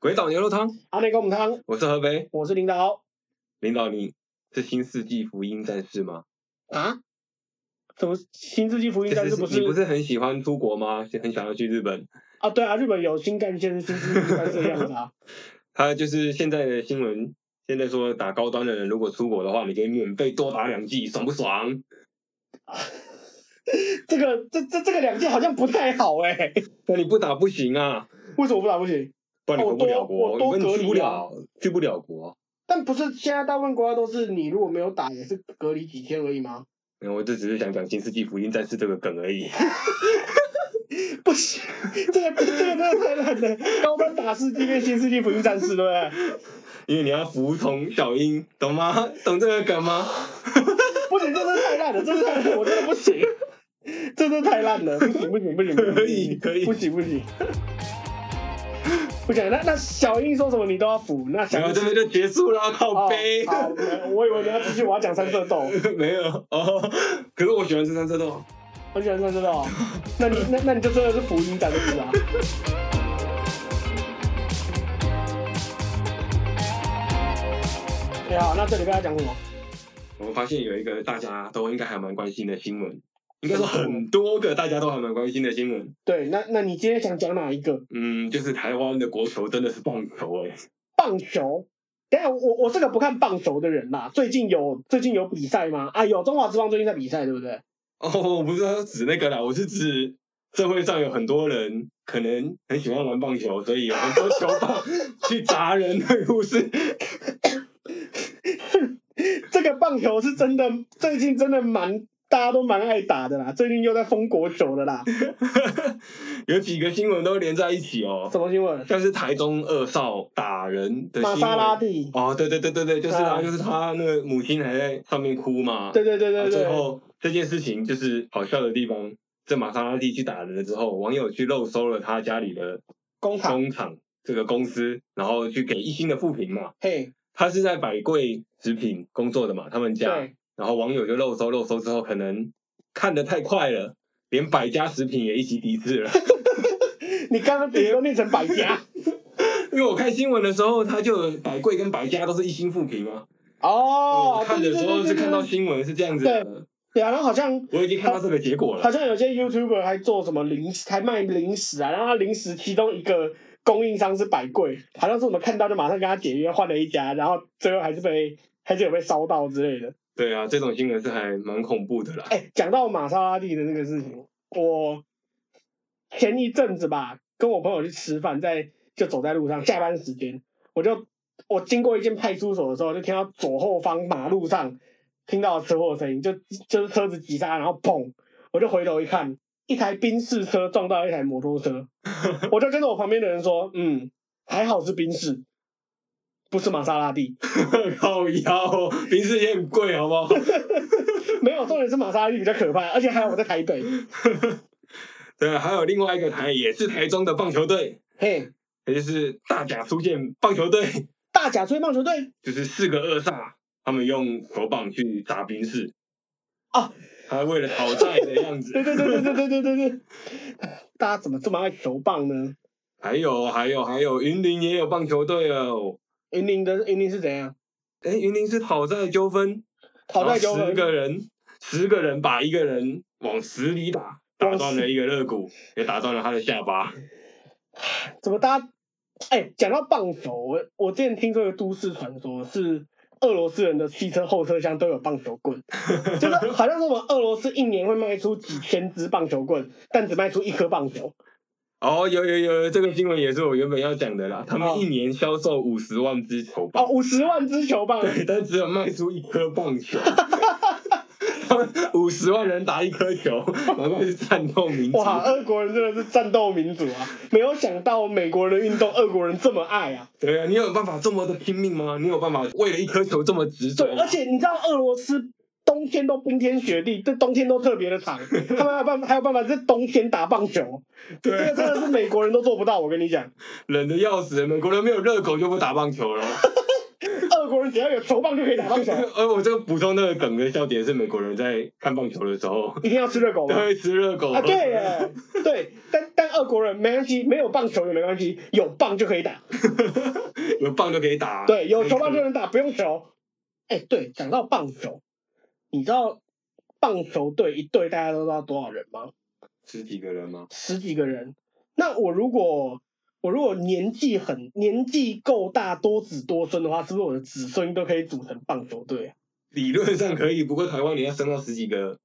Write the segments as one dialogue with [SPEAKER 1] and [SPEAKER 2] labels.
[SPEAKER 1] 鬼岛牛肉汤，
[SPEAKER 2] 阿妹给我们汤，
[SPEAKER 1] 我是何北
[SPEAKER 2] 我是领导
[SPEAKER 1] 领导，你是新世纪福音战士吗？
[SPEAKER 2] 啊？怎么新世纪福音
[SPEAKER 1] 就
[SPEAKER 2] 战士不
[SPEAKER 1] 你不是很喜欢出国吗？很想要去日本？
[SPEAKER 2] 啊？对啊，日本有新干线是新世纪福音战士的样子 啊。
[SPEAKER 1] 他就是现在的新闻，现在说打高端的人如果出国的话，你可以免费多打两剂，爽不爽？
[SPEAKER 2] 这个这这这个两件好像不太好哎、
[SPEAKER 1] 那你不打不行啊，
[SPEAKER 2] 为什么不打不行？
[SPEAKER 1] 不然你回不了国，
[SPEAKER 2] 我多
[SPEAKER 1] 你不然你去不
[SPEAKER 2] 我多隔离啊
[SPEAKER 1] 了，去不了国。
[SPEAKER 2] 但不是现在大部分国家都是你如果没有打也是隔离几天而已吗？
[SPEAKER 1] 嗯，我这只是想讲新世纪福音战士这个梗而已。
[SPEAKER 2] 不行，这个这个真的太烂了， 高端打世纪变新世纪福音战士，对不对？
[SPEAKER 1] 因为你要服从小樱，懂吗？懂这个梗 吗？
[SPEAKER 2] 不行，这真的太烂了，这真的太烂了我真的不行，这真的太烂了，不行不行不行，不行
[SPEAKER 1] 可以可以
[SPEAKER 2] 不行不行，不行，那那小英说什么你都要服，那小
[SPEAKER 1] 然后
[SPEAKER 2] 英
[SPEAKER 1] 这边就结束啦，靠
[SPEAKER 2] 哦
[SPEAKER 1] 背。
[SPEAKER 2] 好，好我以为你要继续，我要讲三色豆，
[SPEAKER 1] 没有哦，可是我喜欢这三色豆。
[SPEAKER 2] 我喜欢三色豆，哦那你那那你就真的是福音战士啊。你好，那这礼拜要讲什么？
[SPEAKER 1] 我发现有一个大家都应该还蛮关心的新闻，应该说很多个大家都还蛮关心的新闻。
[SPEAKER 2] 对，那那你今天想讲哪一个？
[SPEAKER 1] 嗯，就是台湾的国球真的是棒球哎、
[SPEAKER 2] 棒球。等一下我我是个不看棒球的人啦。最近有最近有比赛吗？啊，有中华职棒最近在比赛，对不对？
[SPEAKER 1] 哦，我不是要指那个啦，我是指社会上有很多人可能很喜欢玩棒球，所以有很多球 棒去砸人的故事。
[SPEAKER 2] 这个棒球是真的，最近真的蛮大家都蛮爱打的啦。最近又在封国球的啦。
[SPEAKER 1] 有几个新闻都连在一起哦，
[SPEAKER 2] 什么新闻？
[SPEAKER 1] 像是台中二少打人的新
[SPEAKER 2] 玛
[SPEAKER 1] 闻。
[SPEAKER 2] 莎拉蒂。
[SPEAKER 1] 哦，对对对对对，就是
[SPEAKER 2] 啊
[SPEAKER 1] 啊，就是他那个母亲还在上面哭嘛。
[SPEAKER 2] 对对对对
[SPEAKER 1] 啊
[SPEAKER 2] 对
[SPEAKER 1] 最。后这件事情就是好笑的地方，这玛莎拉蒂去打人了之后，网友去肉搜了他家里的
[SPEAKER 2] 工厂。
[SPEAKER 1] 工厂这个公司，然后去给一星的复评嘛。
[SPEAKER 2] 嘿，
[SPEAKER 1] 他是在百贵食品工作的嘛，他们家，
[SPEAKER 2] 对，
[SPEAKER 1] 然后网友就肉搜肉搜之后，可能看得太快了，连百家食品也一起抵制 了。
[SPEAKER 2] 你刚刚别都念成 百家。
[SPEAKER 1] 因为我看新闻的时候，他就有百贵跟百家都是一星复评嘛。
[SPEAKER 2] 哦
[SPEAKER 1] 我，嗯看的时候是看到
[SPEAKER 2] 对对对对对
[SPEAKER 1] 新闻是这样子的，
[SPEAKER 2] 对啊，然后好像
[SPEAKER 1] 我已经看到这个结果了
[SPEAKER 2] 好。像有些 YouTuber 还做什么零食，还卖零食啊，然后他零食其中一个供应商是百贵，好像是我们看到就马上跟他解约，换了一家，然后最后还是被还是有被烧到之类的。
[SPEAKER 1] 对啊，这种新闻是还蛮恐怖的啦。
[SPEAKER 2] 哎，讲到玛莎拉蒂的那个事情，我前一阵子吧，跟我朋友去吃饭，在就走在路上，下班时间，我就我经过一间派出所的时候，就听到左后方马路上听到车祸的声音，就就是车子急刹，然后砰，我就回头一看，一台宾士车撞到一台摩托车，我就跟着我旁边的人说，嗯，还好是宾士，不是玛莎拉蒂。
[SPEAKER 1] 靠腰，平时也很贵，好不 好？
[SPEAKER 2] 没有，重点是玛莎拉蒂比较可怕，而且还好我在台北。
[SPEAKER 1] 对，啊还有另外一个台也是台中的棒球队，
[SPEAKER 2] 嘿，
[SPEAKER 1] 也就是大甲出现棒球队，
[SPEAKER 2] 大甲吹棒球队。
[SPEAKER 1] 就是四个二煞，他们用手棒去砸兵士。
[SPEAKER 2] 啊，
[SPEAKER 1] 他为了讨债的样子。
[SPEAKER 2] 对对对对对对对对对，大家怎么这么爱球棒呢？
[SPEAKER 1] 还有还有还有，云林也有棒球队哦。
[SPEAKER 2] 云林的云林是怎样？
[SPEAKER 1] 哎，云林是讨债纠纷，
[SPEAKER 2] 讨债球
[SPEAKER 1] 然后十
[SPEAKER 2] 分，
[SPEAKER 1] 个人，十个人把一个人往死里打，打断了一个肋骨，也打断了他的下巴。
[SPEAKER 2] 怎么大家？哎，讲到棒球，我我之前听说一个都市传说是。俄罗斯人的汽车后车厢都有棒球 棍，就是好像是我们俄罗斯一年会卖出几千支棒球棍，但只卖出一颗棒球。
[SPEAKER 1] 哦，有有有，这个新闻也是我原本要讲的啦。他们一年销售五十万只球棒，
[SPEAKER 2] 哦，五十万支球 棒，
[SPEAKER 1] 对，但只有卖出一颗棒球。他们五十万人打一颗球，难怪是战斗民族。
[SPEAKER 2] 哇！呃俄国人真的是战斗民族啊！没有想到美国人的运动，俄国人这么爱啊！
[SPEAKER 1] 对啊，你有办法这么的拼命吗？你有办法为了一颗球这么执着
[SPEAKER 2] 对，
[SPEAKER 1] 吗？
[SPEAKER 2] 而且你知道俄罗斯冬天都冰天雪地，对，冬天都特别的 长，他们还有办还有办法在冬天打棒球，呃这个
[SPEAKER 1] 对
[SPEAKER 2] 真的是美国人都 做不到。我跟你讲，
[SPEAKER 1] 冷的要死，美国人没有热狗就不打棒球了。
[SPEAKER 2] 俄国人人只要有球棒就可以打棒球，
[SPEAKER 1] 而呃我这个补充那个梗的笑点是，美国人在看棒球的时 候
[SPEAKER 2] 一定要吃热狗
[SPEAKER 1] 都
[SPEAKER 2] 吗？
[SPEAKER 1] 会吃热狗
[SPEAKER 2] 啊，对耶，对，但但俄国人没关系，没有棒球也没关系，有棒就可以打，
[SPEAKER 1] 有棒就可以打。
[SPEAKER 2] 对，有球棒就能打，不用球。哎，对，讲到棒球，你知道棒球队一队大家都知道多少人吗？
[SPEAKER 1] 十几个人吗？
[SPEAKER 2] 十几个人。那我如果我如果年纪很年纪够大，多子多孙的话，是不是我的子孙都可以组成棒球队啊？
[SPEAKER 1] 理论上可以，不过台湾你要升到十几个，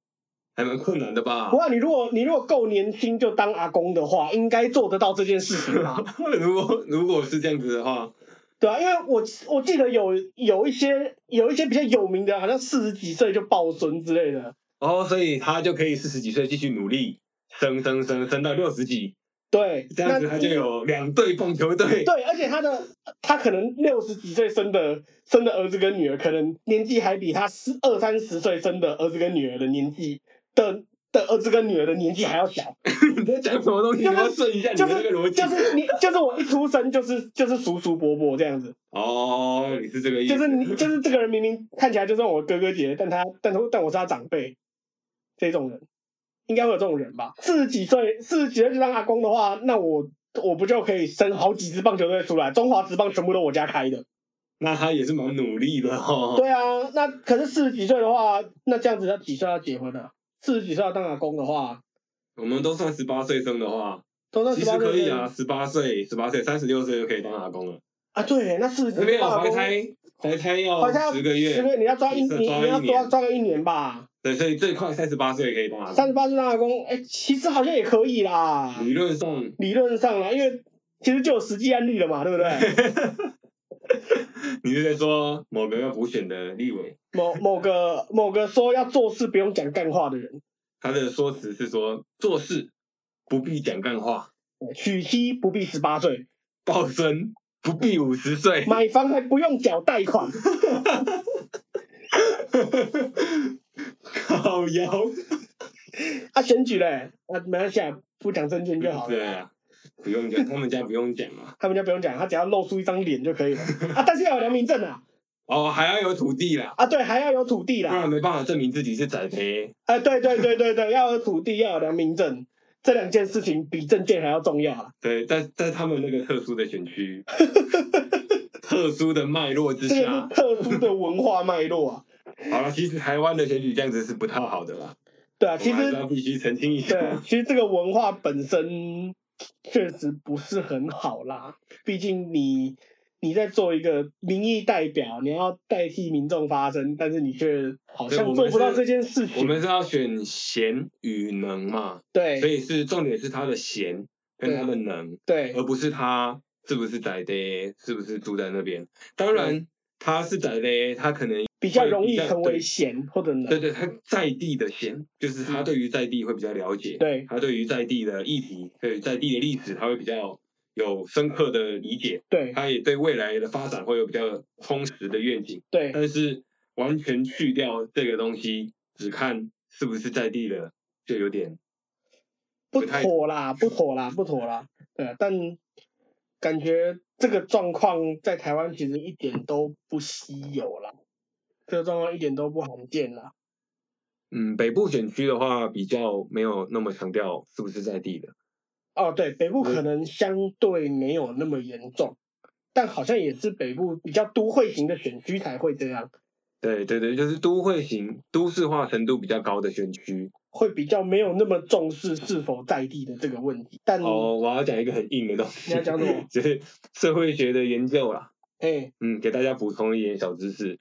[SPEAKER 1] 还蛮困难的吧
[SPEAKER 2] 啊不？过你如果你如果够年轻就当阿公的话，应该做得到这件事情吧？
[SPEAKER 1] 如果如果是这样子的话，
[SPEAKER 2] 对啊，因为我我记得有有一些有一些比较有名的，好像四十几岁就抱孙之类的。
[SPEAKER 1] 哦，所以他就可以四十几岁继续努力，升升升升到六十几，
[SPEAKER 2] 对，
[SPEAKER 1] 这样子
[SPEAKER 2] 那
[SPEAKER 1] 他就有两队棒球队。
[SPEAKER 2] 对，而且他的他可能六十几岁生的生的儿子跟女儿，可能年纪还比他十二三十岁生的儿子跟女儿的年纪的的儿子跟女儿的年纪还要 小，
[SPEAKER 1] 你在讲什么东西？
[SPEAKER 2] 就
[SPEAKER 1] 你
[SPEAKER 2] 是
[SPEAKER 1] 要顺一下你
[SPEAKER 2] 就
[SPEAKER 1] 的那
[SPEAKER 2] 是
[SPEAKER 1] 个逻辑
[SPEAKER 2] 就。是 你就是我一出生就是就是叔叔伯伯这样子，
[SPEAKER 1] 哦，你是这个意思？
[SPEAKER 2] 就是你就是这个人明明看起来就像我哥哥姐姐，但他但他但我是他长辈，这种人应该会有这种人吧？四十几岁四十几岁就当阿公的话，那我我不就可以生好几支棒球队出来？中华职棒全部都我家开的。
[SPEAKER 1] 那他也是蛮努力的哦。
[SPEAKER 2] 对啊，那可是四十几岁的话，那这样子要几岁要结婚啊？四十几岁要当阿公的话，
[SPEAKER 1] 我们都算十八岁生的话，
[SPEAKER 2] 都到
[SPEAKER 1] 其
[SPEAKER 2] 十
[SPEAKER 1] 实
[SPEAKER 2] 八岁
[SPEAKER 1] 可以啊，十八岁、十八岁、三十六岁就可以当阿公了。
[SPEAKER 2] 啊，对，那四十几
[SPEAKER 1] 没
[SPEAKER 2] 岁
[SPEAKER 1] 有
[SPEAKER 2] 当阿
[SPEAKER 1] 怀
[SPEAKER 2] 公，
[SPEAKER 1] 胎，怀胎
[SPEAKER 2] 好像
[SPEAKER 1] 要
[SPEAKER 2] 要
[SPEAKER 1] 十个
[SPEAKER 2] 十
[SPEAKER 1] 月
[SPEAKER 2] 个，月你要抓一，
[SPEAKER 1] 抓
[SPEAKER 2] 你
[SPEAKER 1] 一
[SPEAKER 2] 你要抓
[SPEAKER 1] 年
[SPEAKER 2] 抓个一年吧。
[SPEAKER 1] 对，所以最快三十八岁可以当阿公。
[SPEAKER 2] 三十八岁当阿公，哎、其实好像也可以啦，
[SPEAKER 1] 理论上，
[SPEAKER 2] 理论上啦，因为其实就有实际案例了嘛，对不对？
[SPEAKER 1] 你是在说某个要补选的立委，
[SPEAKER 2] 某某个某个说要做事不用讲干话的人，
[SPEAKER 1] 他的说辞是说做事不必讲干话，
[SPEAKER 2] 哎娶妻不必十八岁，
[SPEAKER 1] 抱孙不必五十岁。
[SPEAKER 2] 买房还不用缴贷款，
[SPEAKER 1] 靠腰，
[SPEAKER 2] 啊，选举嘞，啊，没关系啊，不讲证件就好了
[SPEAKER 1] 对。啊，不用讲，他们家不用讲啊。
[SPEAKER 2] 他们家不用讲，他只要露出一张脸就可以了啊。但是要有良民证啊，
[SPEAKER 1] 哦，还要有土地啦，
[SPEAKER 2] 啊对，还要有土地
[SPEAKER 1] 不
[SPEAKER 2] 啦，
[SPEAKER 1] 然没办法证明自己是宅培。
[SPEAKER 2] 啊对对对对对，要有土地，要有良民证，这两件事情比证件还要重要啊。
[SPEAKER 1] 对，在在他们那个特殊的选 区，特殊的脉络之
[SPEAKER 2] 这个
[SPEAKER 1] 下，
[SPEAKER 2] 是特殊的文化脉络啊。
[SPEAKER 1] 好了，其实台湾的选举这样子是不太好的啦。
[SPEAKER 2] 对啊，其
[SPEAKER 1] 我们还是
[SPEAKER 2] 实
[SPEAKER 1] 要必须澄清一
[SPEAKER 2] 对啊
[SPEAKER 1] 下，，
[SPEAKER 2] 其实这个文化本身确实不是很好啦，毕竟你。你在做一个民意代表，你要代替民众发声，但是你却好
[SPEAKER 1] 对我
[SPEAKER 2] 像
[SPEAKER 1] 们
[SPEAKER 2] 做不到
[SPEAKER 1] 是
[SPEAKER 2] 这件事
[SPEAKER 1] 我
[SPEAKER 2] 情。
[SPEAKER 1] 们是要选贤与能嘛，所以
[SPEAKER 2] 对
[SPEAKER 1] 是重点是他的贤跟
[SPEAKER 2] 对啊
[SPEAKER 1] 他的能，
[SPEAKER 2] 对
[SPEAKER 1] 而不是他是不是宅的，是不是住在那边。当
[SPEAKER 2] 啊
[SPEAKER 1] 然，他是宅的，他可能
[SPEAKER 2] 比较
[SPEAKER 1] 会
[SPEAKER 2] 容
[SPEAKER 1] 比
[SPEAKER 2] 易
[SPEAKER 1] 较
[SPEAKER 2] 成为
[SPEAKER 1] 对
[SPEAKER 2] 贤或者能。
[SPEAKER 1] 对对，他在地的贤，就是他
[SPEAKER 2] 嗯
[SPEAKER 1] 对于在地会比较了解。
[SPEAKER 2] 对
[SPEAKER 1] 他对于在地的议题，对于在地的历史，他会比较有深刻的理解，
[SPEAKER 2] 对
[SPEAKER 1] 他也对未来的发展会有比较充实的愿景。
[SPEAKER 2] 对
[SPEAKER 1] 但是完全去掉这个东西，只看是不是在地的，就有点
[SPEAKER 2] 不
[SPEAKER 1] 不太
[SPEAKER 2] 妥啦，不妥啦，不妥啦。对，但感觉这个状况在台湾其实一点都不稀有啦，这个状况一点都不罕见啦。
[SPEAKER 1] 嗯，北部选区的话比较没有那么强调是不是在地的。
[SPEAKER 2] 哦，对，北部可
[SPEAKER 1] 嗯
[SPEAKER 2] 能相对没有那么严重，但好像也是北部比较都会型的选区才会这样，
[SPEAKER 1] 对对对，就是都会型、都市化程度比较高的选区。
[SPEAKER 2] 会比较没有那么重视是否在地的这个问题。但
[SPEAKER 1] 哦，我要讲一个很硬的东西。
[SPEAKER 2] 你要讲什么？
[SPEAKER 1] 就是社会学的研究啦。
[SPEAKER 2] 哎，
[SPEAKER 1] 嗯，给大家补充一点小知识，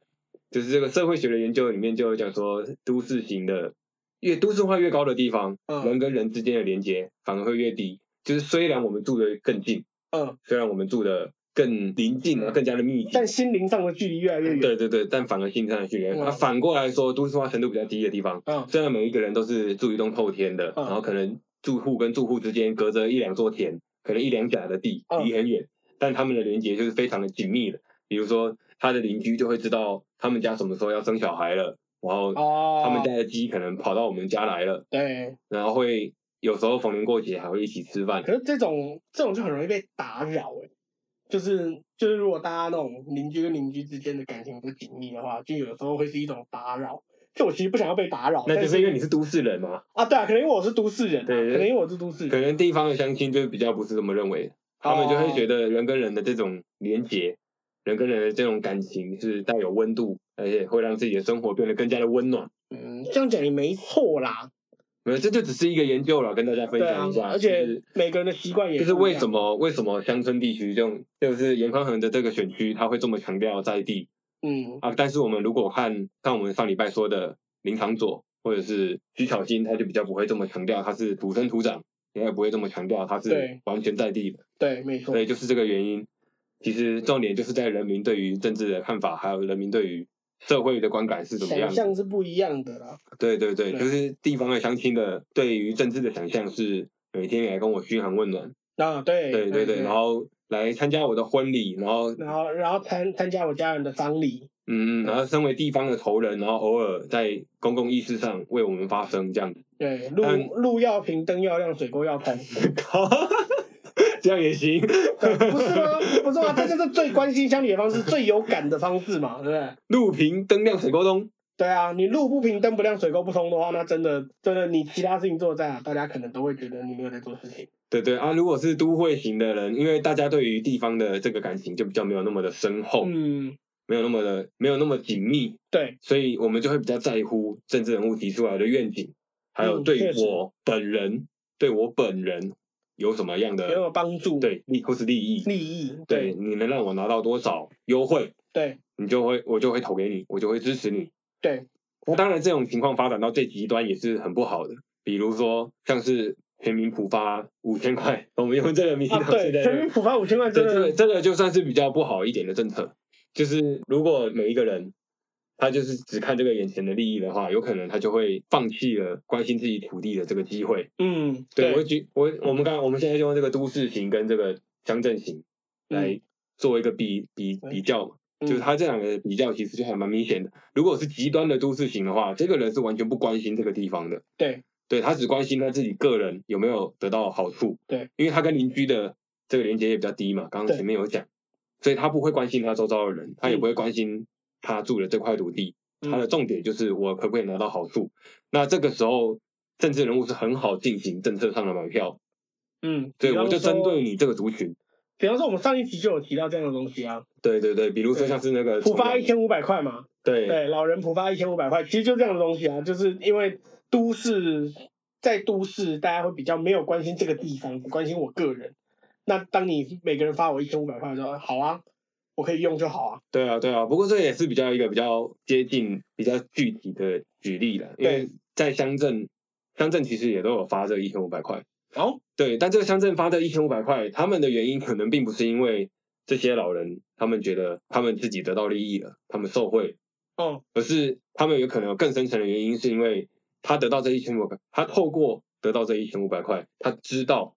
[SPEAKER 1] 就是这个社会学的研究里面就有讲说，都市型的越都市化越高的地方，
[SPEAKER 2] 嗯
[SPEAKER 1] 人跟人之间的连接反而会越低。就是虽然我们住的更近，
[SPEAKER 2] 嗯，
[SPEAKER 1] 虽然我们住的更临近啊，更加的密集，
[SPEAKER 2] 但心灵上的距离越来越远。
[SPEAKER 1] 对对对，但反而性上的距离。
[SPEAKER 2] 嗯
[SPEAKER 1] 那、反过来说，都市化程度比较低的地方，
[SPEAKER 2] 嗯
[SPEAKER 1] 虽然每一个人都是住一栋透天的，
[SPEAKER 2] 嗯
[SPEAKER 1] 然后可能住户跟住户之间隔着一两座田，可能一两甲的地，
[SPEAKER 2] 嗯
[SPEAKER 1] 离很远，但他们的连接就是非常的紧密的。比如说，他的邻居就会知道他们家什么时候要生小孩了，然后
[SPEAKER 2] 哦，
[SPEAKER 1] 他们家的鸡可能跑到我们家来了，
[SPEAKER 2] 对，
[SPEAKER 1] 然后会
[SPEAKER 2] 哦
[SPEAKER 1] 有时候逢年过节还会一起吃饭
[SPEAKER 2] 可。是这种这种就很容易被打扰哎、就是就是如果大家那种邻居跟邻居之间的感情不紧密的话，就有时候会是一种打扰。就我其实不想要被打扰，
[SPEAKER 1] 那
[SPEAKER 2] 但
[SPEAKER 1] 就是因为你是都市人嘛，
[SPEAKER 2] 啊，对啊，可能因为我是都市人、啊，
[SPEAKER 1] 对
[SPEAKER 2] 可能因为我是都市
[SPEAKER 1] 可
[SPEAKER 2] 人，
[SPEAKER 1] 能地方的乡亲就比较不是这么认为，
[SPEAKER 2] 哦
[SPEAKER 1] 他们就会觉
[SPEAKER 2] 得
[SPEAKER 1] 得人跟人的这种连结，人跟人的这种感情是带有温度，而且会让自己的生活变得更加的温暖。
[SPEAKER 2] 嗯，这样讲也没错啦，
[SPEAKER 1] 没有，这就只是一个研究了，跟大家分
[SPEAKER 2] 对啊
[SPEAKER 1] 享一下。，
[SPEAKER 2] 而
[SPEAKER 1] 就是
[SPEAKER 2] 且每个人的习惯也
[SPEAKER 1] 就是
[SPEAKER 2] 不一
[SPEAKER 1] 为
[SPEAKER 2] 样
[SPEAKER 1] 什么为什么乡村地区就就是严宽恒的这个选区，他会这么强调在地
[SPEAKER 2] 嗯
[SPEAKER 1] 啊？但是我们如果看看我们上礼拜说的林长佐或者是徐巧芯，他就比较不会这么强调他是土生土长，也不会这么强调他是
[SPEAKER 2] 对
[SPEAKER 1] 完全在地的。
[SPEAKER 2] 对，没错
[SPEAKER 1] 所，以就是这个原因。其实重点就是在人民对于政治的看法，还有人民对于社会的观感是怎么
[SPEAKER 2] 想
[SPEAKER 1] 样的。
[SPEAKER 2] 象是不一样的啦，
[SPEAKER 1] 对对对，
[SPEAKER 2] 对
[SPEAKER 1] 就是地方的乡亲的对于政治的想象是每天来跟我嘘寒问暖。
[SPEAKER 2] 啊，对
[SPEAKER 1] 对对
[SPEAKER 2] 对
[SPEAKER 1] 对，然后来参加我的婚礼，然后
[SPEAKER 2] 然后然后参参加我家人的丧礼，
[SPEAKER 1] 嗯，然后身为地方的头人，然后偶尔在公共意识上为我们发声，这样子，
[SPEAKER 2] 对，路
[SPEAKER 1] 嗯
[SPEAKER 2] 路要平，灯要亮，水沟要通，
[SPEAKER 1] 这样也行。
[SPEAKER 2] 对呃不是吗？不是吗？这就是最关心乡里的方式，最有感的方式嘛，对不对？
[SPEAKER 1] 路平灯亮水沟通，
[SPEAKER 2] 对啊，你路不平，灯不亮，水沟不通的话，那真的真的，你其他事情做得再好，大家可能都会觉得你没有在做事情。
[SPEAKER 1] 对对啊，如果是都会型的人，因为大家对于地方的这个感情就比较没有那么的深厚，
[SPEAKER 2] 嗯，
[SPEAKER 1] 没有那么的没有那么紧密，
[SPEAKER 2] 对，
[SPEAKER 1] 所以我们就会比较在乎政治人物提出来的愿景，还有
[SPEAKER 2] 嗯
[SPEAKER 1] 对
[SPEAKER 2] 确实
[SPEAKER 1] 我本人、对我本人有什么样
[SPEAKER 2] 有没
[SPEAKER 1] 的
[SPEAKER 2] 有帮助？，
[SPEAKER 1] 对利或是利益。
[SPEAKER 2] 利益，
[SPEAKER 1] 对，你能让我拿到多少优惠，
[SPEAKER 2] 对
[SPEAKER 1] 你就会我就会投给你，我就会支持你。
[SPEAKER 2] 对，
[SPEAKER 1] 那当然，这种情况发展到最极端也是很不好的，比如说像是全民普发五千块，我们用这个民进
[SPEAKER 2] 啊，
[SPEAKER 1] 党
[SPEAKER 2] 对，
[SPEAKER 1] 式的
[SPEAKER 2] 全民普发五千块
[SPEAKER 1] 对
[SPEAKER 2] 真
[SPEAKER 1] 这个
[SPEAKER 2] 的，
[SPEAKER 1] 这个就算是比较不好一点的政策，就是如果每一个人。他就是只看这个眼前的利益的话，有可能他就会放弃了关心自己土地的这个机会。
[SPEAKER 2] 嗯，
[SPEAKER 1] 对我举我我们刚我们现在就用这个都市型跟这个乡镇型来做一个比比比较嘛。
[SPEAKER 2] 嗯
[SPEAKER 1] 就是他这两个的比较，其实就还蛮明显的。如果是极端的都市型的话，这个人是完全不关心这个地方的，
[SPEAKER 2] 对
[SPEAKER 1] 对他只关心他自己个人有没有得到好处，
[SPEAKER 2] 对，
[SPEAKER 1] 因为他跟邻居的这个连接也比较低嘛，刚刚
[SPEAKER 2] 对
[SPEAKER 1] 前面有讲，所以他不会关心他周遭的人，他也不会关心他住的这块土地，
[SPEAKER 2] 嗯
[SPEAKER 1] 他的重点就是我可不可以拿到好处。那这个时候，政治人物是很好进行政策上的买票，
[SPEAKER 2] 嗯，
[SPEAKER 1] 对
[SPEAKER 2] 比方
[SPEAKER 1] 我就针
[SPEAKER 2] 说
[SPEAKER 1] 对你这个族群。
[SPEAKER 2] 比方说，我们上一集就有提到这样的东西啊，
[SPEAKER 1] 对对对，比如说
[SPEAKER 2] 对
[SPEAKER 1] 像是那个
[SPEAKER 2] 普发
[SPEAKER 1] 崇
[SPEAKER 2] 一
[SPEAKER 1] 洋
[SPEAKER 2] 千五百块嘛，
[SPEAKER 1] 对
[SPEAKER 2] 对，老人普发一千五百块，其实就这样的东西啊，就是因为都市在都市，大家会比较没有关心这个地方，只关心我个人。那当你每个人发我一千五百块的时候，好啊，我可以用就好啊，
[SPEAKER 1] 对啊，对啊，不过这也是比较一个比较接近、比较具体的举例了，因为在乡镇，乡镇其实也都有发这一千五百块，
[SPEAKER 2] 然后
[SPEAKER 1] 对，但这个乡镇发这一千五百块，他们的原因可能并不是因为这些老人他们觉得他们自己得到利益了，他们受贿，
[SPEAKER 2] 嗯，
[SPEAKER 1] 而是他们有可能有更深层的原因，是因为他得到这一千五百，他透过得到这一千五百块，他知道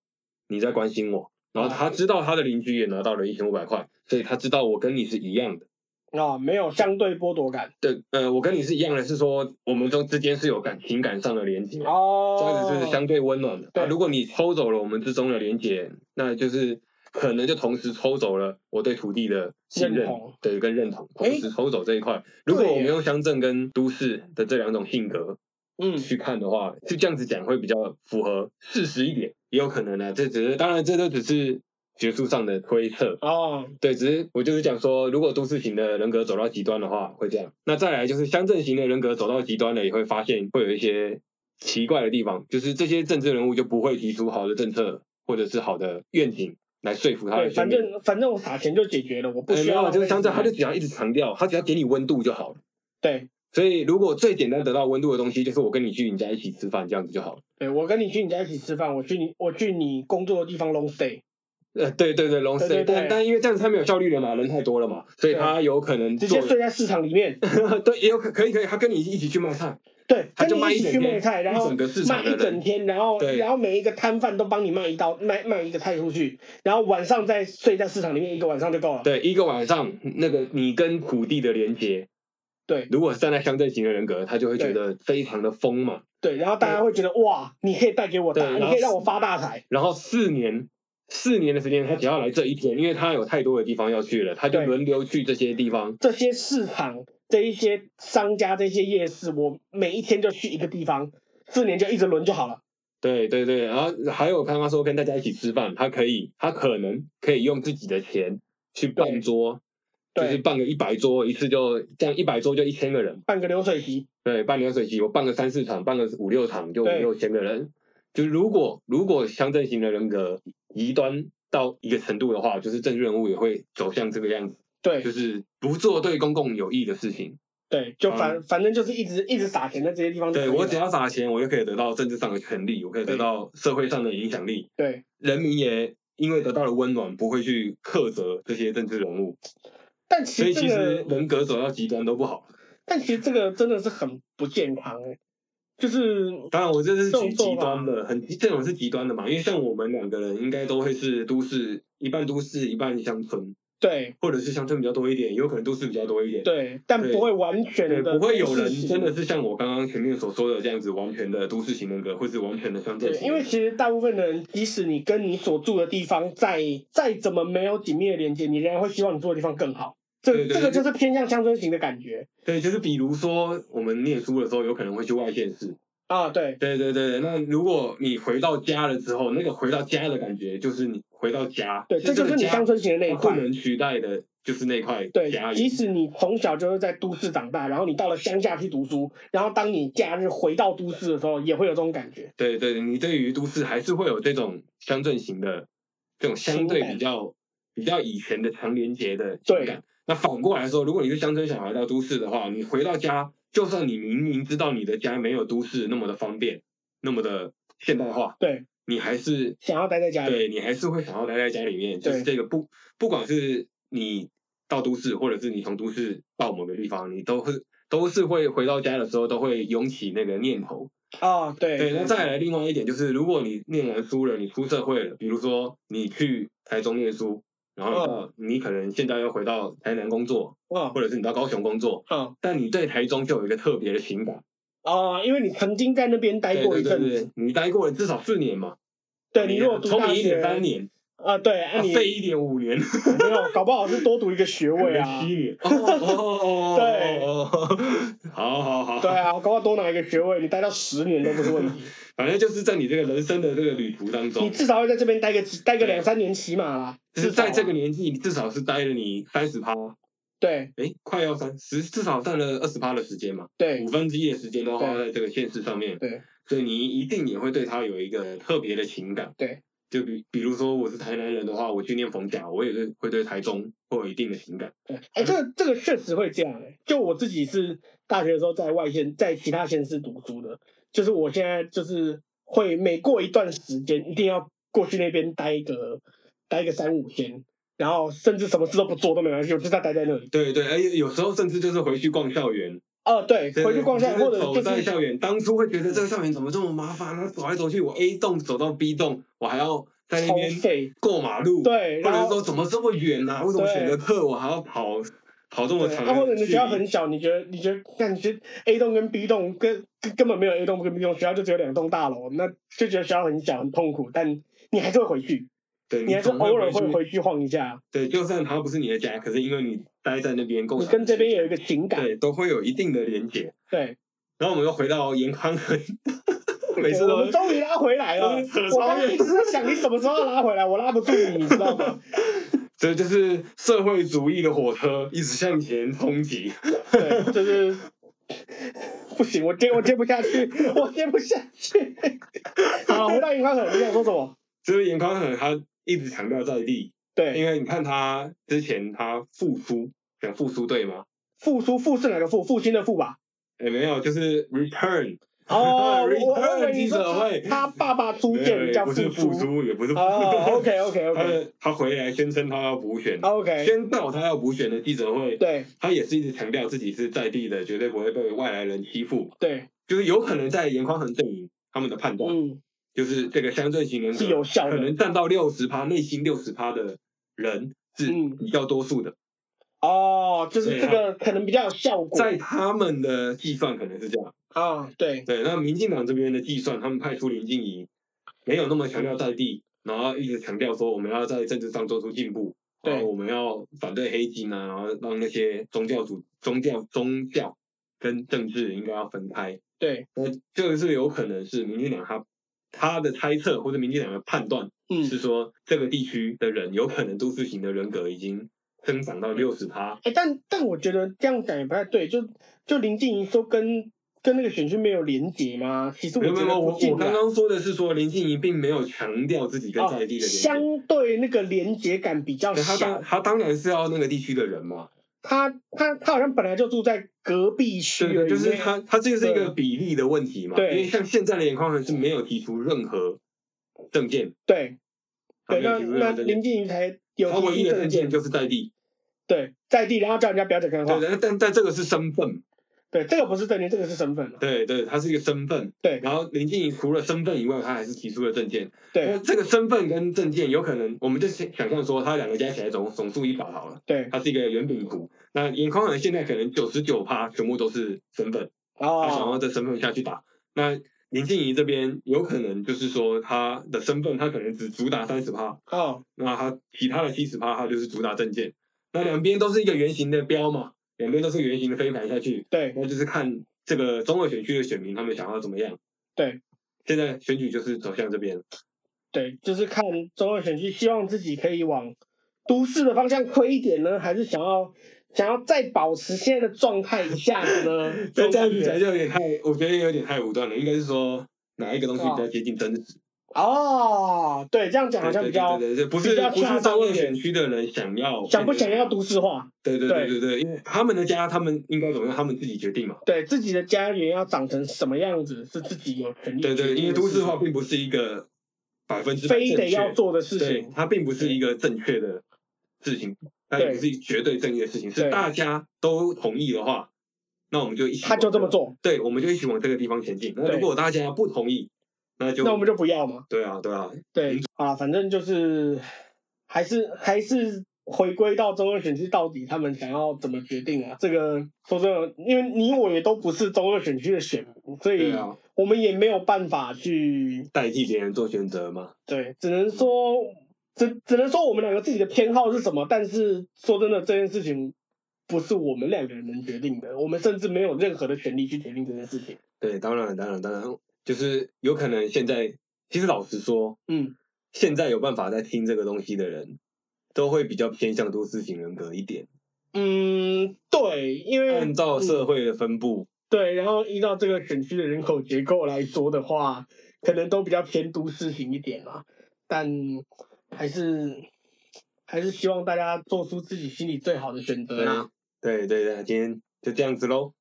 [SPEAKER 1] 你在关心我，然后他知道他的邻居也拿到了一千五百块，所以他知道我跟你是一样的。
[SPEAKER 2] 啊，没有相对剥夺感
[SPEAKER 1] 对，呃，我跟你是一样的，是说我们中之间是有感情感上的连接，
[SPEAKER 2] 哦，
[SPEAKER 1] 这样子是相对温暖的。
[SPEAKER 2] 对
[SPEAKER 1] 啊如果你抽走了我们之中的连接，那就是可能就同时抽走了我对土地的信
[SPEAKER 2] 认
[SPEAKER 1] 任
[SPEAKER 2] 同，
[SPEAKER 1] 对，跟认同，同
[SPEAKER 2] 诶
[SPEAKER 1] 时抽走这一块。如果
[SPEAKER 2] 对耶
[SPEAKER 1] 我们用乡镇跟都市的这两种性格
[SPEAKER 2] 嗯，
[SPEAKER 1] 去看的话，就这样子讲会比较符合事实一点，也有可能呢、这只是当然，这都只是学术上的推测。
[SPEAKER 2] 哦，
[SPEAKER 1] 对，只是我就是讲说，如果都市型的人格走到极端的话，会这样。那再来就是乡镇型的人格走到极端了，也会发现会有一些奇怪的地方，就是这些政治人物就不会提出好的政策或者是好的愿景来说服他
[SPEAKER 2] 对，
[SPEAKER 1] 的
[SPEAKER 2] 反
[SPEAKER 1] 选民。
[SPEAKER 2] 正反正我撒钱就解决了，我不
[SPEAKER 1] 哎
[SPEAKER 2] 需
[SPEAKER 1] 没有，
[SPEAKER 2] 要浪
[SPEAKER 1] 就是
[SPEAKER 2] 费
[SPEAKER 1] 乡镇，
[SPEAKER 2] 时
[SPEAKER 1] 他就
[SPEAKER 2] 间
[SPEAKER 1] 只要一直强调，他只要给你温度就好了。
[SPEAKER 2] 对
[SPEAKER 1] 所以，如果最简单得到温度的东西，就是我跟你去你家一起吃饭这样子就好了。
[SPEAKER 2] 对，我跟你去你家一起吃饭，我去你我去你工作的地方 long stay，
[SPEAKER 1] 呃，对对对，龙
[SPEAKER 2] 对
[SPEAKER 1] C，
[SPEAKER 2] 对
[SPEAKER 1] 但
[SPEAKER 2] 对
[SPEAKER 1] 但因为这样子他没有效率了嘛，人太多了嘛，所以
[SPEAKER 2] 对
[SPEAKER 1] 他有可能
[SPEAKER 2] 直
[SPEAKER 1] 做
[SPEAKER 2] 接
[SPEAKER 1] 得
[SPEAKER 2] 睡在市场里面，
[SPEAKER 1] 对，也有可可以可以，他跟你一起去卖菜，
[SPEAKER 2] 对，
[SPEAKER 1] 他
[SPEAKER 2] 跟
[SPEAKER 1] 就
[SPEAKER 2] 你
[SPEAKER 1] 卖
[SPEAKER 2] 一
[SPEAKER 1] 一整
[SPEAKER 2] 起去
[SPEAKER 1] 天，
[SPEAKER 2] 卖菜，然
[SPEAKER 1] 一
[SPEAKER 2] 后
[SPEAKER 1] 整个市
[SPEAKER 2] 卖
[SPEAKER 1] 场的
[SPEAKER 2] 一整
[SPEAKER 1] 人，
[SPEAKER 2] 天，然后
[SPEAKER 1] 对
[SPEAKER 2] 然后每一个摊贩都帮你卖一道卖卖一个菜出去，然后晚上再睡在市场里面一个晚上就够了。
[SPEAKER 1] 对，一个晚上那个你跟土地的连接，
[SPEAKER 2] 对
[SPEAKER 1] 如果是站在乡镇型的人格，他就会觉得非常的丰满。
[SPEAKER 2] 对，然后大家会觉得哇，你可以带给我大，
[SPEAKER 1] 对
[SPEAKER 2] 你
[SPEAKER 1] 然后
[SPEAKER 2] 可以让我发大财。
[SPEAKER 1] 然后四年四年的时间，他只要来这一天，因为他有太多的地方要去了，他就
[SPEAKER 2] 对
[SPEAKER 1] 轮流去这些地方。
[SPEAKER 2] 这些市场、这一些商家、这些夜市，我每一天就去一个地方，四年就一直轮就好了。
[SPEAKER 1] 对对对，然后还有刚刚说跟大家一起吃饭，他可以，他可能可以用自己的钱去办桌，就
[SPEAKER 2] 对
[SPEAKER 1] 是办个一百桌，一次就这样一百桌就一千个人，
[SPEAKER 2] 办个流水席，
[SPEAKER 1] 对，办流水席，我办个三四场，办个五六场就五
[SPEAKER 2] 对
[SPEAKER 1] 六千个人。就如果如果乡镇型的人格极端到一个程度的话，就是政治人物也会走向这个样子，
[SPEAKER 2] 对
[SPEAKER 1] 就是不做对公共有益的事情。
[SPEAKER 2] 对，就反、反正就是一直一直撒钱在这些地方就可
[SPEAKER 1] 嗯
[SPEAKER 2] 以
[SPEAKER 1] 对
[SPEAKER 2] 了。
[SPEAKER 1] 我只要撒钱，我就可以得到政治上的权利，我可以得到社会上的影响力。
[SPEAKER 2] 对，
[SPEAKER 1] 人民也因为得到了温暖，不会去苛责这些政治人物，
[SPEAKER 2] 但其
[SPEAKER 1] 所以
[SPEAKER 2] 实这
[SPEAKER 1] 其实
[SPEAKER 2] 个，
[SPEAKER 1] 人格走到极端都不好。
[SPEAKER 2] 但其实这个真的是很不健康哎、就是
[SPEAKER 1] 当然，我这是
[SPEAKER 2] 这种
[SPEAKER 1] 极
[SPEAKER 2] 做
[SPEAKER 1] 极端的，很这种是极端的嘛，因为像我们两个人应该都会是都市一半都市一半乡村，
[SPEAKER 2] 对
[SPEAKER 1] 或者是乡村比较多一点，也有可能都市比较多一点。
[SPEAKER 2] 对，但
[SPEAKER 1] 对
[SPEAKER 2] 不会完全
[SPEAKER 1] 对，
[SPEAKER 2] 的
[SPEAKER 1] 不会有人
[SPEAKER 2] 事情
[SPEAKER 1] 真的是像我刚刚前面所说的这样子，完全的都市型人格，或是完全的乡镇
[SPEAKER 2] 对，
[SPEAKER 1] 型人格。
[SPEAKER 2] 因为其实大部分的人，即使你跟你所住的地方再再怎么没有紧密的连接，你仍然会希望你住的地方更好。这
[SPEAKER 1] 对对
[SPEAKER 2] 这个
[SPEAKER 1] 对
[SPEAKER 2] 就是偏向乡村型的感觉
[SPEAKER 1] 对，就是比如说我们念书的时候，有可能会去外县市。
[SPEAKER 2] 啊，对
[SPEAKER 1] 对对对，那如果你回到家了之后，那个回到家的感觉，就是你回到家，
[SPEAKER 2] 对，这
[SPEAKER 1] 这
[SPEAKER 2] 就
[SPEAKER 1] 个
[SPEAKER 2] 是你
[SPEAKER 1] 家
[SPEAKER 2] 乡村型的那一
[SPEAKER 1] 它不
[SPEAKER 2] 块。
[SPEAKER 1] 能取代的，就是那块
[SPEAKER 2] 对
[SPEAKER 1] 家，
[SPEAKER 2] 即
[SPEAKER 1] 园。
[SPEAKER 2] 使你从小就是在都市长大，然后你到了乡下去读书，然后当你假日回到都市的时候，也会有这种感觉。
[SPEAKER 1] 对对，你对于都市还是会有这种乡镇型的这种相对比
[SPEAKER 2] 情感
[SPEAKER 1] 较比较以前的强连结的情
[SPEAKER 2] 对
[SPEAKER 1] 感。那反过来说，如果你是乡村小孩到都市的话，你回到家，就算你明明知道你的家没有都市那么的方便，那么的现代化，
[SPEAKER 2] 对，
[SPEAKER 1] 你还是
[SPEAKER 2] 想要待在家里。
[SPEAKER 1] 对你还是会想要待在家里面，就是
[SPEAKER 2] 对
[SPEAKER 1] 这个不不管是你到都市，或者是你从都市到某个地方，你都会都是会回到家的时候都会涌起那个念头。
[SPEAKER 2] 啊、对
[SPEAKER 1] 对，那再来另外一点就是，如果你念完书了，你出社会了，比如说你去台中念书，然后你到你可能现在要回到台南工作，
[SPEAKER 2] 嗯
[SPEAKER 1] 或者是你到高雄工作，
[SPEAKER 2] 嗯
[SPEAKER 1] 但你对台中就有一个特别的情感。
[SPEAKER 2] 啊，因为你曾经在那边待
[SPEAKER 1] 对
[SPEAKER 2] 过
[SPEAKER 1] 对
[SPEAKER 2] 一阵
[SPEAKER 1] 对
[SPEAKER 2] 子
[SPEAKER 1] 对，，你待过了至少四年嘛，
[SPEAKER 2] 对你如果读
[SPEAKER 1] 聪
[SPEAKER 2] 大
[SPEAKER 1] 明一点三
[SPEAKER 2] 学
[SPEAKER 1] 年，
[SPEAKER 2] 啊，对，啊
[SPEAKER 1] 啊
[SPEAKER 2] 你
[SPEAKER 1] 废一点五年。
[SPEAKER 2] 没有，搞不好是多读一个学位 啊
[SPEAKER 1] 七。年。哦哦哦哦，对，好好好，
[SPEAKER 2] 对，啊，搞不好多拿一个学位，你待到十年都不是 问题。
[SPEAKER 1] 反正就是在你这个人生的这个旅途当
[SPEAKER 2] 你
[SPEAKER 1] 中，
[SPEAKER 2] 至少会在这边待个几待个两三年起码啦。
[SPEAKER 1] 就是
[SPEAKER 2] 至少啊
[SPEAKER 1] 在这个年纪，你至少是待了你三十趴，
[SPEAKER 2] 对
[SPEAKER 1] 哎，快要三十，至少占了二十趴的时间嘛，
[SPEAKER 2] 对
[SPEAKER 1] 五分之一的时间都花在这个县市上面，
[SPEAKER 2] 对
[SPEAKER 1] 所以你一定也会对他有一个特别的情感。
[SPEAKER 2] 对。
[SPEAKER 1] 就比比如说我是台南人的话，我去念逢甲，我也是会对台中会有一定的情感。
[SPEAKER 2] 对，哎，这
[SPEAKER 1] 嗯
[SPEAKER 2] 个这个确实会这样哎。就我自己是大学的时候在外县，在其他县市读书的，就是我现在就是会每过一段时间一定要过去那边待一个待一个三五天，然后甚至什么事都不做都没关系，我就在待在那里。
[SPEAKER 1] 对对，而且有时候甚至就是回去逛校园，
[SPEAKER 2] 哦，对，
[SPEAKER 1] 对
[SPEAKER 2] 回去逛
[SPEAKER 1] 就
[SPEAKER 2] 下，
[SPEAKER 1] 是
[SPEAKER 2] 或者
[SPEAKER 1] 走
[SPEAKER 2] 就
[SPEAKER 1] 在
[SPEAKER 2] 是
[SPEAKER 1] 校园，当初会觉得这个校园怎么这么麻烦啊，走来走去，我 A 栋走到 B 栋，我还要在那
[SPEAKER 2] 超
[SPEAKER 1] 边
[SPEAKER 2] 废。
[SPEAKER 1] 过马路，
[SPEAKER 2] 对，
[SPEAKER 1] 或
[SPEAKER 2] 然
[SPEAKER 1] 者是
[SPEAKER 2] 后
[SPEAKER 1] 说怎么这么远啊？为什么
[SPEAKER 2] 对
[SPEAKER 1] 选择课我还要跑跑这么
[SPEAKER 2] 对，
[SPEAKER 1] 长
[SPEAKER 2] 啊，或
[SPEAKER 1] 的
[SPEAKER 2] 者你
[SPEAKER 1] 距
[SPEAKER 2] 学
[SPEAKER 1] 离？
[SPEAKER 2] 校很小，你觉得你觉得看你觉得 A 栋跟 B 栋跟根根本没有 A 栋跟 B 栋，学校就只有两栋大楼，那就觉得学校很小很痛苦，但你还是会回去，
[SPEAKER 1] 对，
[SPEAKER 2] 你还是
[SPEAKER 1] 总
[SPEAKER 2] 偶尔会
[SPEAKER 1] 去。
[SPEAKER 2] 回去晃一下，
[SPEAKER 1] 对，就算它不是你的家，可是因为你待在那边够
[SPEAKER 2] 你
[SPEAKER 1] 长时间，
[SPEAKER 2] 跟这边有一个情感，
[SPEAKER 1] 对都会有一定的连结。
[SPEAKER 2] 对，
[SPEAKER 1] 然后我们又回到严康衡， 每次
[SPEAKER 2] 我
[SPEAKER 1] 都
[SPEAKER 2] 们终于拉回来 了。
[SPEAKER 1] 扯
[SPEAKER 2] 我
[SPEAKER 1] 超
[SPEAKER 2] 刚刚一
[SPEAKER 1] 远
[SPEAKER 2] 直，在想你什么时候拉回来，我拉不住你，你知道吗？
[SPEAKER 1] 这就是社会主义的火车一直向前冲击。
[SPEAKER 2] 对，就是 不行，我接我接不下去，我接不下去。 好，回到银行口，你想说什么？
[SPEAKER 1] 就是严康衡他一直强调在地，因
[SPEAKER 2] 对，
[SPEAKER 1] 为你看他之前他复苏，讲复苏对吗？
[SPEAKER 2] 复苏复是哪个复？复兴的复 吧？
[SPEAKER 1] 哎，没有，就是 return
[SPEAKER 2] 哦，我
[SPEAKER 1] return
[SPEAKER 2] 我我以为
[SPEAKER 1] 记
[SPEAKER 2] 你说
[SPEAKER 1] 者
[SPEAKER 2] 他
[SPEAKER 1] 会
[SPEAKER 2] 他爸爸出
[SPEAKER 1] 没有
[SPEAKER 2] 现
[SPEAKER 1] 也
[SPEAKER 2] 叫
[SPEAKER 1] 不是呃复
[SPEAKER 2] 复苏。
[SPEAKER 1] 苏，也不是复
[SPEAKER 2] 哦
[SPEAKER 1] 苏，
[SPEAKER 2] ，OK OK
[SPEAKER 1] 他
[SPEAKER 2] OK
[SPEAKER 1] 的他回来宣称他要补选，
[SPEAKER 2] OK，
[SPEAKER 1] 宣告他要补选的记者会，
[SPEAKER 2] 对
[SPEAKER 1] 他也是一直强调自己是在地的，绝对不会被外来人欺负，
[SPEAKER 2] 对，
[SPEAKER 1] 就是有可能在严宽恒阵营他们的判断，
[SPEAKER 2] 嗯，
[SPEAKER 1] 就是这个乡镇型人格
[SPEAKER 2] 是有效
[SPEAKER 1] 可
[SPEAKER 2] 的。
[SPEAKER 1] 能占到六十趴，内心六十趴的人是
[SPEAKER 2] 嗯
[SPEAKER 1] 比较多数的，
[SPEAKER 2] 哦，就是这个可能比较有效果。
[SPEAKER 1] 在他们的计算可能是这样。
[SPEAKER 2] 啊，对
[SPEAKER 1] 对，那民进党这边的计算，他们派出林静怡没有那么强调在地，然后一直强调说我们要在政治上做出进步，
[SPEAKER 2] 对
[SPEAKER 1] 然后我们要反对黑金啊，然后让那些宗教组、宗教、宗教跟政治应该要分开。
[SPEAKER 2] 对，
[SPEAKER 1] 那这个是有可能是民进党他他的猜测或者民进党的判断
[SPEAKER 2] 嗯
[SPEAKER 1] 是说，这个地区的人有可能都市型的人格已经增长到六十趴，
[SPEAKER 2] 哎、但但我觉得这样讲也不太对，就就林静怡说跟跟那个选区没有连结吗？其实我
[SPEAKER 1] 没有没
[SPEAKER 2] 觉
[SPEAKER 1] 有，没
[SPEAKER 2] 得
[SPEAKER 1] 有
[SPEAKER 2] 不啊
[SPEAKER 1] 我
[SPEAKER 2] 尽
[SPEAKER 1] 我刚
[SPEAKER 2] 然。
[SPEAKER 1] 刚说的是说林静怡并没有强调自己跟在地的连接，
[SPEAKER 2] 哦、相对那个连结感比较
[SPEAKER 1] 对他
[SPEAKER 2] 小
[SPEAKER 1] 当，他当然是要那个地区的人嘛，
[SPEAKER 2] 他他他好像本来就住在隔壁区
[SPEAKER 1] 对，
[SPEAKER 2] 而已，
[SPEAKER 1] 就是
[SPEAKER 2] 那
[SPEAKER 1] 他他这个是一
[SPEAKER 2] 对
[SPEAKER 1] 个比例的问题嘛，因
[SPEAKER 2] 对
[SPEAKER 1] 为像现在的眼眶人是没有提出任何证件，
[SPEAKER 2] 对
[SPEAKER 1] 他
[SPEAKER 2] 对，
[SPEAKER 1] 没有
[SPEAKER 2] 那
[SPEAKER 1] 提出任
[SPEAKER 2] 那
[SPEAKER 1] 何证件，
[SPEAKER 2] 林静怡才有
[SPEAKER 1] 他唯一
[SPEAKER 2] 提出
[SPEAKER 1] 的
[SPEAKER 2] 证
[SPEAKER 1] 证件
[SPEAKER 2] 件，
[SPEAKER 1] 就是在地，
[SPEAKER 2] 对，在地，然后叫人家不要讲干话
[SPEAKER 1] 对，，但但但这个是身份，
[SPEAKER 2] 对，这个不是证件，这个是身份了，
[SPEAKER 1] 对对，他是一个身份，
[SPEAKER 2] 对
[SPEAKER 1] 然后林静怡除了身份以外，他还是提出了证件，那
[SPEAKER 2] 对
[SPEAKER 1] 这个身份跟证件有可能，我们就想想象说，他两个加起来总总数一百好了。
[SPEAKER 2] 对，
[SPEAKER 1] 它是一个圆饼图。那眼眶人现在可能九十九趴全部都是身份，他想
[SPEAKER 2] 哦，
[SPEAKER 1] 要在身份下去打。那林静怡这边有可能就是说他的身份，他可能只主打三十趴，
[SPEAKER 2] 哦，
[SPEAKER 1] 那他其他的七十趴，他就是主打证件。那两边都是一个圆形的标嘛，两边都是圆形的飞盘下去，
[SPEAKER 2] 对
[SPEAKER 1] 那就是看这个中二选区的选民他们想要怎么样。
[SPEAKER 2] 对，
[SPEAKER 1] 现在选举就是走向这边。？
[SPEAKER 2] 对，就是看中二选区，希望自己可以往都市的方向推一点呢，还是想要想要再保持现在的状态一下子呢
[SPEAKER 1] 这这样子讲就有点太，我觉得有点太武断了。应该是说哪一个东西比较接近真实？
[SPEAKER 2] 哦，对，啊这样讲好
[SPEAKER 1] 对
[SPEAKER 2] 像
[SPEAKER 1] 对
[SPEAKER 2] 比较
[SPEAKER 1] 对对对，不是
[SPEAKER 2] 比较
[SPEAKER 1] 不
[SPEAKER 2] 恰
[SPEAKER 1] 是
[SPEAKER 2] 当
[SPEAKER 1] 中
[SPEAKER 2] 一
[SPEAKER 1] 二
[SPEAKER 2] 点
[SPEAKER 1] 选区的人想要
[SPEAKER 2] 想不想要都市化，
[SPEAKER 1] 对对
[SPEAKER 2] 对
[SPEAKER 1] 对对对，因为他们的家他们应该怎么样，他们自己决定嘛。
[SPEAKER 2] 对自己的家园要长成什么样子是自己有权利
[SPEAKER 1] 对
[SPEAKER 2] 决
[SPEAKER 1] 对，
[SPEAKER 2] 定
[SPEAKER 1] 因为
[SPEAKER 2] 的
[SPEAKER 1] 都
[SPEAKER 2] 事
[SPEAKER 1] 市
[SPEAKER 2] 情
[SPEAKER 1] 化并不是一个百分之百
[SPEAKER 2] 非得
[SPEAKER 1] 正确
[SPEAKER 2] 要做的事
[SPEAKER 1] 对
[SPEAKER 2] 情，，
[SPEAKER 1] 它并不是一个正确的事情，它也不是绝对正义的事情，
[SPEAKER 2] 对
[SPEAKER 1] 是大家都同意的话，那我们就一起
[SPEAKER 2] 他就这么
[SPEAKER 1] 往个，
[SPEAKER 2] 做，
[SPEAKER 1] 对，我们就一起往这个地方前进。那
[SPEAKER 2] 对
[SPEAKER 1] 如果大家不同意，那就
[SPEAKER 2] 那我们就不要嘛。
[SPEAKER 1] 对啊对啊，
[SPEAKER 2] 对啊，反正就是还是还是回归到中二选区到底他们想要怎么决定啊？这个说真的，因为你我也都不是中二选区的选民，所
[SPEAKER 1] 对
[SPEAKER 2] 以
[SPEAKER 1] 啊，
[SPEAKER 2] 我们也没有办法去
[SPEAKER 1] 代替别人做选择嘛。
[SPEAKER 2] 对，只能说只只能说我们两个自己的偏好是什么，但是说真的，这件事情。不是我们两个人能决定的，我们甚至没有任何的权利去决定这件事情。
[SPEAKER 1] 对，当然，当然，当然，就是有可能现在，其实老实说，
[SPEAKER 2] 嗯，
[SPEAKER 1] 现在有办法在听这个东西的人，都会比较偏向都市型人格一点。
[SPEAKER 2] 嗯，对，因为
[SPEAKER 1] 按照社会的分布，
[SPEAKER 2] 对，然后依照这个选区的人口结构来说的话，可能都比较偏都市型一点啦，但还是还
[SPEAKER 1] 啊
[SPEAKER 2] 是希望大家做出自己心里最好的选择啦。
[SPEAKER 1] 对对对，今天就这样子喽。